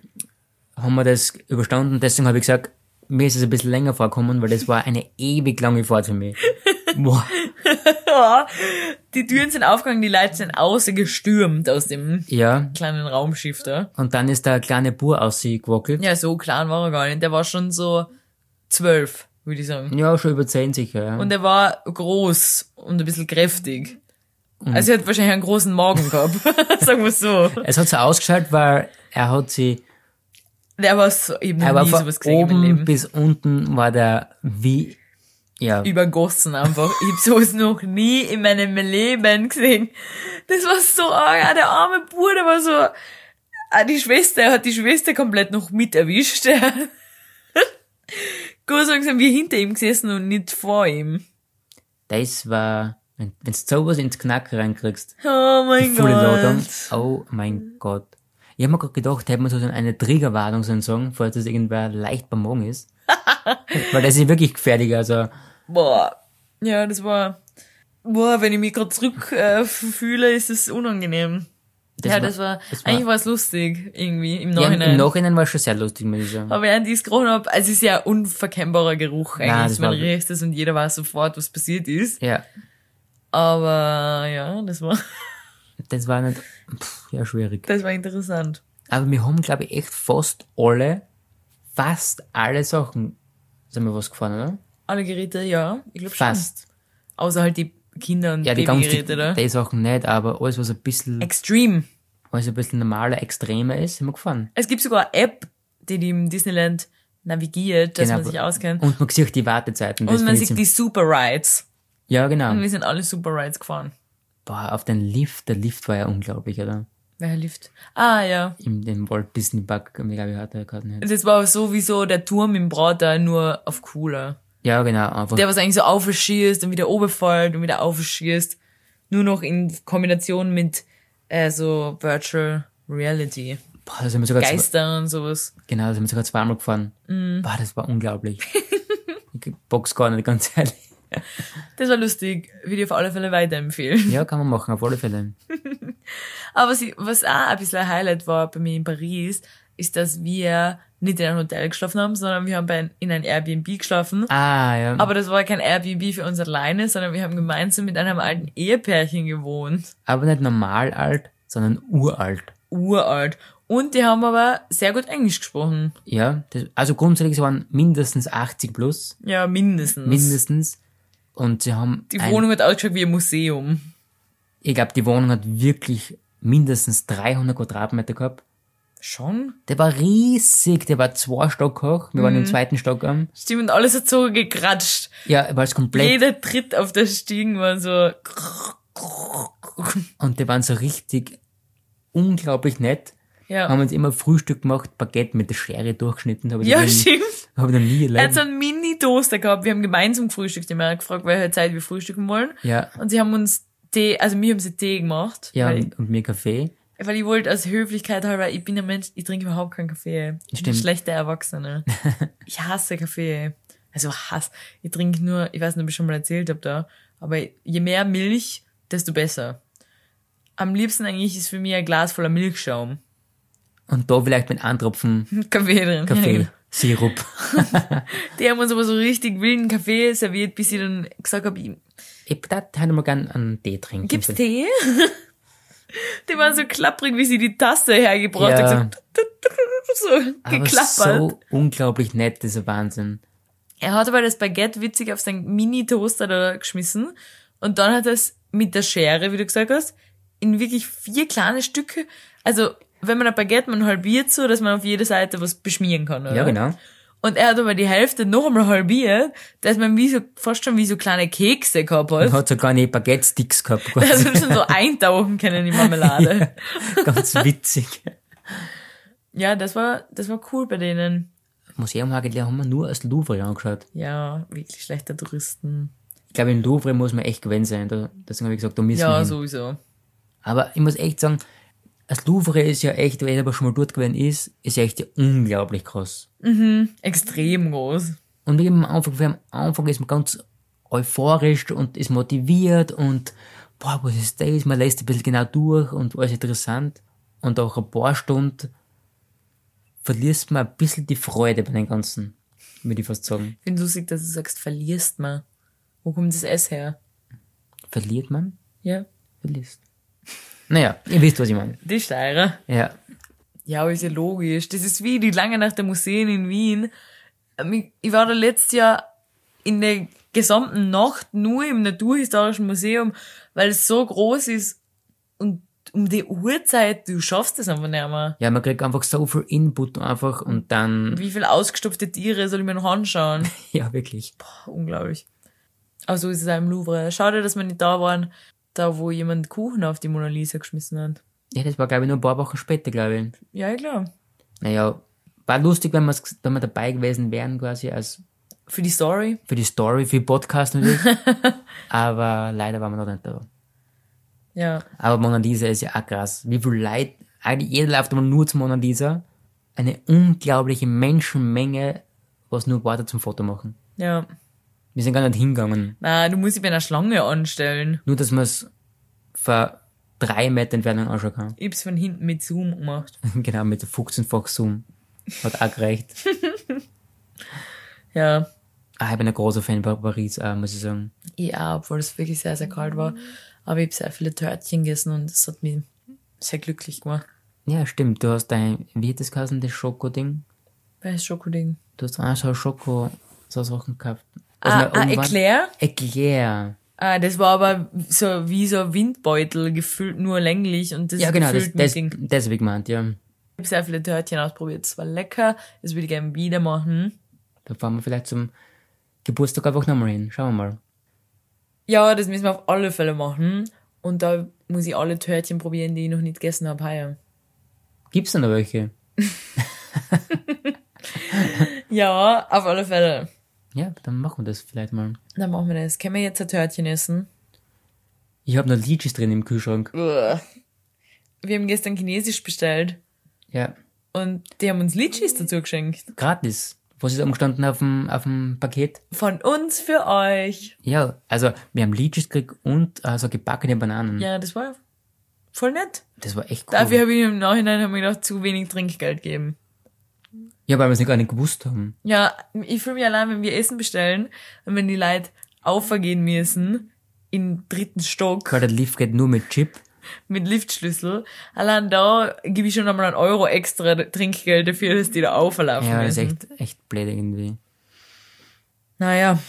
Speaker 1: haben wir das überstanden, deswegen habe ich gesagt, mir ist es ein bisschen länger vorgekommen, weil das war eine ewig lange Fahrt für mich. Boah.
Speaker 2: Ja. Die Türen sind aufgegangen, die Leute sind außen gestürmt aus dem
Speaker 1: Ja,
Speaker 2: kleinen Raumschiff da.
Speaker 1: und dann ist der kleine Bur aus sie gewackelt.
Speaker 2: Ja, so klein war er gar nicht. Der war schon so zwölf, würde ich sagen.
Speaker 1: Ja, schon über 10 sicher, ja.
Speaker 2: Und er war groß und ein bisschen kräftig.
Speaker 1: Mhm.
Speaker 2: Also er hat wahrscheinlich einen großen Magen gehabt. Sagen wir so.
Speaker 1: es hat so ausgeschaut, weil er hat sie,
Speaker 2: Der war so, eben
Speaker 1: er war
Speaker 2: nie
Speaker 1: von
Speaker 2: sowas gesehen in meinem
Speaker 1: oben
Speaker 2: Leben.
Speaker 1: bis unten war der wie, ja,
Speaker 2: übergossen einfach. Ich hab sowas noch nie in meinem Leben gesehen. Das war so arg. Auch Der arme Bruder war so. Auch die Schwester, er hat die Schwester komplett noch mit erwischt. Gott sei Dank sind wir hinter ihm gesessen und nicht vor ihm.
Speaker 1: das war, wenn, wenn du sowas ins Knack reinkriegst,
Speaker 2: Oh mein
Speaker 1: Volle Ladung.
Speaker 2: Gott.
Speaker 1: Oh mein Gott. Ich hab mir gerade gedacht, hätte man so eine Triggerwarnung sein sollen, falls das irgendwer leicht beim Morgen ist. Weil das ist wirklich gefährlich, also.
Speaker 2: Boah. Ja, das war. Boah, wenn ich mich gerade zurück äh, fühle, ist es unangenehm. ja, das war,
Speaker 1: das war-
Speaker 2: Eigentlich war es lustig, irgendwie, im
Speaker 1: Ja, im-
Speaker 2: Nachhinein.
Speaker 1: Im Nachhinein war es schon sehr lustig, muss ich sagen.
Speaker 2: Aber während ich es gerochen hab, also es ist ja ein unverkennbarer Geruch eigentlich.
Speaker 1: Nein, das
Speaker 2: Man
Speaker 1: war-
Speaker 2: riecht es und jeder weiß sofort, was passiert ist.
Speaker 1: Ja,
Speaker 2: Aber ja, das war,
Speaker 1: das war nicht, pff, ja, schwierig.
Speaker 2: das war interessant.
Speaker 1: Aber wir haben, glaube ich, echt fast alle, fast alle Sachen, sind wir was gefahren, oder?
Speaker 2: Alle Geräte, ja, ich glaube schon.
Speaker 1: Fast.
Speaker 2: Außer halt die Kinder- und
Speaker 1: Ja, die ganz, die,
Speaker 2: Babygeräte da.
Speaker 1: die Sachen nicht, aber alles, was ein bisschen,
Speaker 2: Extreme.
Speaker 1: alles ein bisschen normaler, extremer ist, sind wir gefahren.
Speaker 2: Es gibt sogar eine App, die die im Disneyland navigiert, dass
Speaker 1: Genau.
Speaker 2: man sich auskennt.
Speaker 1: Und man sieht die Wartezeiten. das
Speaker 2: Und man
Speaker 1: finde ich
Speaker 2: sieht die Super Rides.
Speaker 1: ziemlich- Ja, genau.
Speaker 2: Und wir sind alle Super Rides gefahren.
Speaker 1: Boah, auf den Lift, der Lift war ja unglaublich, oder?
Speaker 2: Welcher Lift? Ah, ja.
Speaker 1: In dem Walt Disney Park, glaube ich, hat er gerade nicht.
Speaker 2: Das war sowieso der Turm im Brauter, nur auf cooler.
Speaker 1: Ja, genau, einfach.
Speaker 2: der was eigentlich so aufschießt und wieder oberfällt und wieder aufschießt. Nur noch in Kombination mit äh, so Virtual Reality.
Speaker 1: boah, da sind wir sogar zwei,
Speaker 2: Geister und sowas.
Speaker 1: genau, da sind wir sogar zweimal gefahren.
Speaker 2: Mhm.
Speaker 1: Boah, das war unglaublich. ich box gar nicht, ganz ehrlich.
Speaker 2: Das war lustig. Würde ich auf alle Fälle weiterempfehlen.
Speaker 1: Ja, kann man machen, auf alle Fälle.
Speaker 2: Aber was, ich, was auch ein bisschen ein Highlight war bei mir in Paris, ist, dass wir nicht in einem Hotel geschlafen haben, sondern wir haben bei, in einem Airbnb geschlafen.
Speaker 1: Ah, ja. Aber,
Speaker 2: Aber das war kein Airbnb für uns alleine, sondern wir haben gemeinsam mit einem alten Ehepärchen gewohnt.
Speaker 1: nicht normal alt, sondern uralt.
Speaker 2: Uralt. Und die haben aber sehr gut Englisch gesprochen.
Speaker 1: Ja, das, also grundsätzlich, sie waren mindestens 80 plus,
Speaker 2: Ja, mindestens.
Speaker 1: mindestens. Und sie haben,
Speaker 2: Die
Speaker 1: ein-
Speaker 2: Wohnung hat ausgeschaut wie ein Museum.
Speaker 1: ich glaube, die Wohnung hat wirklich mindestens 300 Quadratmeter gehabt.
Speaker 2: Schon?
Speaker 1: Der war riesig, der war zwei Stock hoch. Wir
Speaker 2: Mhm.
Speaker 1: waren im zweiten Stock am.
Speaker 2: Stimmt, und alles hat so gekratscht.
Speaker 1: Ja, war es komplett.
Speaker 2: Jeder Tritt auf der Stiegen war so.
Speaker 1: Und die waren so richtig unglaublich nett. Haben
Speaker 2: Ja.
Speaker 1: uns immer Frühstück gemacht, Baguette mit der Schere durchgeschnitten. Hab ich
Speaker 2: Ja,
Speaker 1: noch nie-
Speaker 2: stimmt. Also-
Speaker 1: Hab ich noch nie
Speaker 2: Er hat
Speaker 1: erlebt.
Speaker 2: so einen Mini-Toaster gehabt. Wir haben gemeinsam gefrühstückt. Ich habe gefragt, welche Zeit wir frühstücken wollen.
Speaker 1: Ja,
Speaker 2: Und sie haben uns Tee, also mir haben sie Tee gemacht.
Speaker 1: ja
Speaker 2: Weil,
Speaker 1: und, und mir Kaffee.
Speaker 2: ich- weil ich wollte als Höflichkeit halber, ich bin ein Mensch, ich trinke überhaupt keinen Kaffee. Ich bin
Speaker 1: Stimmt.
Speaker 2: ein schlechter Erwachsener. ich hasse Kaffee. Also Hass. Ich trinke nur, ich weiß nicht, ob ich schon mal erzählt habe da, aber je mehr Milch, desto besser. Am liebsten eigentlich ist für mich ein Glas voller Milchschaum.
Speaker 1: Und da vielleicht mit einem Tropfen
Speaker 2: Kaffee drin.
Speaker 1: Kaffee, Sirup.
Speaker 2: Die haben uns aber so richtig wilden Kaffee serviert, bis ich dann gesagt habe, ich-
Speaker 1: Ich würde halt mal gern einen Tee trinken.
Speaker 2: gibt's Tee? Die waren so klapprig, wie sie die Tasse hergebracht
Speaker 1: Ja.
Speaker 2: hat. So, so
Speaker 1: Aber
Speaker 2: geklappert.
Speaker 1: so unglaublich nett, das ist ein Wahnsinn.
Speaker 2: Er hat aber das Baguette witzig auf seinen Mini-Toaster da geschmissen und dann hat er es mit der Schere, wie du gesagt hast, in wirklich vier kleine Stücke, also wenn man ein Baguette, man halbiert so, dass man auf jede Seite was beschmieren kann, oder?
Speaker 1: Ja, genau.
Speaker 2: Und er hat aber die Hälfte noch einmal halbiert, dass man wie so, fast schon wie so kleine Kekse gehabt
Speaker 1: Und
Speaker 2: hat.
Speaker 1: hat sogar eine Baguette-Sticks gehabt.
Speaker 2: Dass man schon so eintauchen kann in die Marmelade.
Speaker 1: Ganz witzig.
Speaker 2: Ja, das war, das war cool bei denen.
Speaker 1: Museum Hagedley haben wir nur als Louvre angeschaut.
Speaker 2: Ja, wirklich schlechter Touristen.
Speaker 1: Ich glaube, im Louvre muss man echt gewesen sein. Da, deswegen habe ich gesagt, da müssen wir
Speaker 2: Ja, also
Speaker 1: hin.
Speaker 2: sowieso.
Speaker 1: Aber ich muss echt sagen, das Louvre ist ja echt, wenn aber schon mal dort gewesen ist, ist ja echt unglaublich groß.
Speaker 2: Extrem groß.
Speaker 1: Und wir am Anfang, wir am Anfang ist man ganz euphorisch und ist motiviert und boah, was ist das? Man lässt ein bisschen genau durch und alles interessant. Und auch ein paar Stunden verlierst man ein bisschen die Freude bei den Ganzen, würde ich fast sagen.
Speaker 2: Ich finde es lustig, dass du sagst, verlierst man. Wo kommt das S her?
Speaker 1: Verliert man?
Speaker 2: Ja.
Speaker 1: Verlierst. Naja, ihr wisst, was ich meine.
Speaker 2: Die Steirer.
Speaker 1: Ja.
Speaker 2: Ja, aber ist ja logisch. Das ist wie die lange Nacht der Museen in Wien. Ähm, ich- Ich war da letztes Jahr in der gesamten Nacht nur im Naturhistorischen Museum, weil es so groß ist und um die Uhrzeit, du schaffst das einfach nicht mehr.
Speaker 1: Ja, man kriegt einfach so viel Input einfach und dann,
Speaker 2: Wie viel ausgestopfte Tiere soll ich mir noch anschauen?
Speaker 1: ja, wirklich.
Speaker 2: Unglaublich. Aber so ist es auch im Louvre. Schade, dass wir nicht da waren, da wo jemand Kuchen auf die Mona Lisa geschmissen hat.
Speaker 1: Ja, das war, glaube ich, nur ein paar Wochen später, glaube ich.
Speaker 2: Ja, ich glaube.
Speaker 1: Naja, war lustig, wenn, wir's- wenn wir dabei gewesen wären, quasi als
Speaker 2: Für die Story.
Speaker 1: für die Story, für den Podcast natürlich. Aber leider waren wir noch nicht da.
Speaker 2: Ja.
Speaker 1: Aber Mona Lisa ist ja auch krass. Wie viel Leid, eigentlich jeder läuft immer nur zu Mona Lisa. Eine unglaubliche Menschenmenge, was nur wartet zum Foto machen.
Speaker 2: Ja.
Speaker 1: Wir sind gar nicht hingegangen.
Speaker 2: Na, du musst dich bei einer Schlange anstellen.
Speaker 1: Nur, dass man es vor drei Meter Entfernung anschauen kann.
Speaker 2: Ich hab's von hinten mit Zoom gemacht.
Speaker 1: genau, mit der 15-fach Zoom. Hat auch gereicht.
Speaker 2: Ja.
Speaker 1: Ah, ich bin ein großer Fan von Paris, auch, muss ich sagen.
Speaker 2: Ich auch, obwohl es wirklich sehr, sehr kalt war. Aber ich hab sehr viele Törtchen gegessen und es hat mich sehr glücklich gemacht.
Speaker 1: Ja, stimmt. Du hast dein, wie hat das geheißen, das Schokoding?
Speaker 2: Weißt Schokoding.
Speaker 1: Du hast auch so Schoko, so Sachen gehabt. Was
Speaker 2: Ah,
Speaker 1: wir
Speaker 2: ah,
Speaker 1: irgendwann-
Speaker 2: Eclair?
Speaker 1: Eclair.
Speaker 2: Ah, das war aber so wie so ein Windbeutel, gefüllt nur länglich und das
Speaker 1: Ja, genau, das,
Speaker 2: gefüllt
Speaker 1: das,
Speaker 2: mit Ding.
Speaker 1: das habe ich gemeint, ja.
Speaker 2: Ich habe sehr viele Törtchen ausprobiert. Es war lecker. Das würde ich gerne wieder machen.
Speaker 1: Da fahren wir vielleicht zum Geburtstag einfach nochmal hin. Schauen wir mal.
Speaker 2: Ja, das müssen wir auf alle Fälle machen. Und da muss ich alle Törtchen probieren, die ich noch nicht gegessen habe. Heuer.
Speaker 1: Gibt's denn da welche?
Speaker 2: Ja, auf alle Fälle.
Speaker 1: Ja, dann machen wir das vielleicht mal.
Speaker 2: Dann machen wir das. Können wir jetzt ein Törtchen essen?
Speaker 1: Ich habe noch Litschis drin im Kühlschrank.
Speaker 2: Uah. Wir haben gestern Chinesisch bestellt.
Speaker 1: Ja,
Speaker 2: Und die haben uns Litschis dazu geschenkt.
Speaker 1: gratis. Was ist umgestanden auf dem, auf dem Paket?
Speaker 2: Von uns für euch.
Speaker 1: Ja, also wir haben Litschis gekriegt und äh, so gebackene Bananen.
Speaker 2: Ja, das war voll nett.
Speaker 1: Das war echt cool.
Speaker 2: Dafür habe ich im Nachhinein hab ich gedacht, zu wenig Trinkgeld geben.
Speaker 1: Ja, weil wir es nicht gar nicht gewusst haben.
Speaker 2: Ja, ich fühle mich allein, wenn wir Essen bestellen und wenn die Leute aufergehen müssen im dritten Stock
Speaker 1: Gerade Lift geht nur mit Chip.
Speaker 2: mit Liftschlüssel. Allein da gebe ich schon einmal einen Euro extra Trinkgeld dafür, dass die da auferlaufen
Speaker 1: Ja, das ist
Speaker 2: müssen.
Speaker 1: echt, echt blöd irgendwie.
Speaker 2: Naja,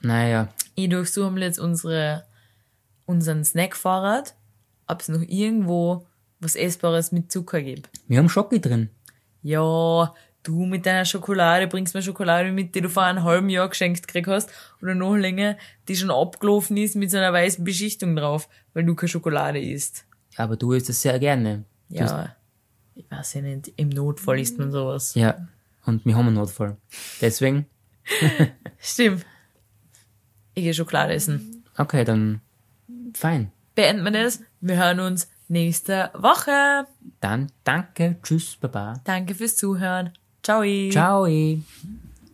Speaker 1: Naja,
Speaker 2: ich durchsuche jetzt unsere, unseren Snackfahrrad, ob es noch irgendwo was Essbares mit Zucker gebe.
Speaker 1: Wir haben Schoki drin.
Speaker 2: Ja, du mit deiner Schokolade bringst mir Schokolade mit, die du vor einem halben Jahr geschenkt gekriegt hast oder noch länger, die schon abgelaufen ist mit so einer weißen Beschichtung drauf, weil du keine Schokolade isst.
Speaker 1: Ja, aber du isst das sehr gerne. Du isst-
Speaker 2: Ja, ich weiß ja nicht, im Notfall isst man sowas.
Speaker 1: Ja. Und wir haben einen Notfall. Deswegen,
Speaker 2: Stimmt. Ich gehe Schokolade essen.
Speaker 1: okay, dann fein.
Speaker 2: Beenden wir das. Wir hören uns nächste Woche.
Speaker 1: Dann danke, tschüss, baba.
Speaker 2: Danke fürs Zuhören. Ciao.
Speaker 1: Ciao. eh.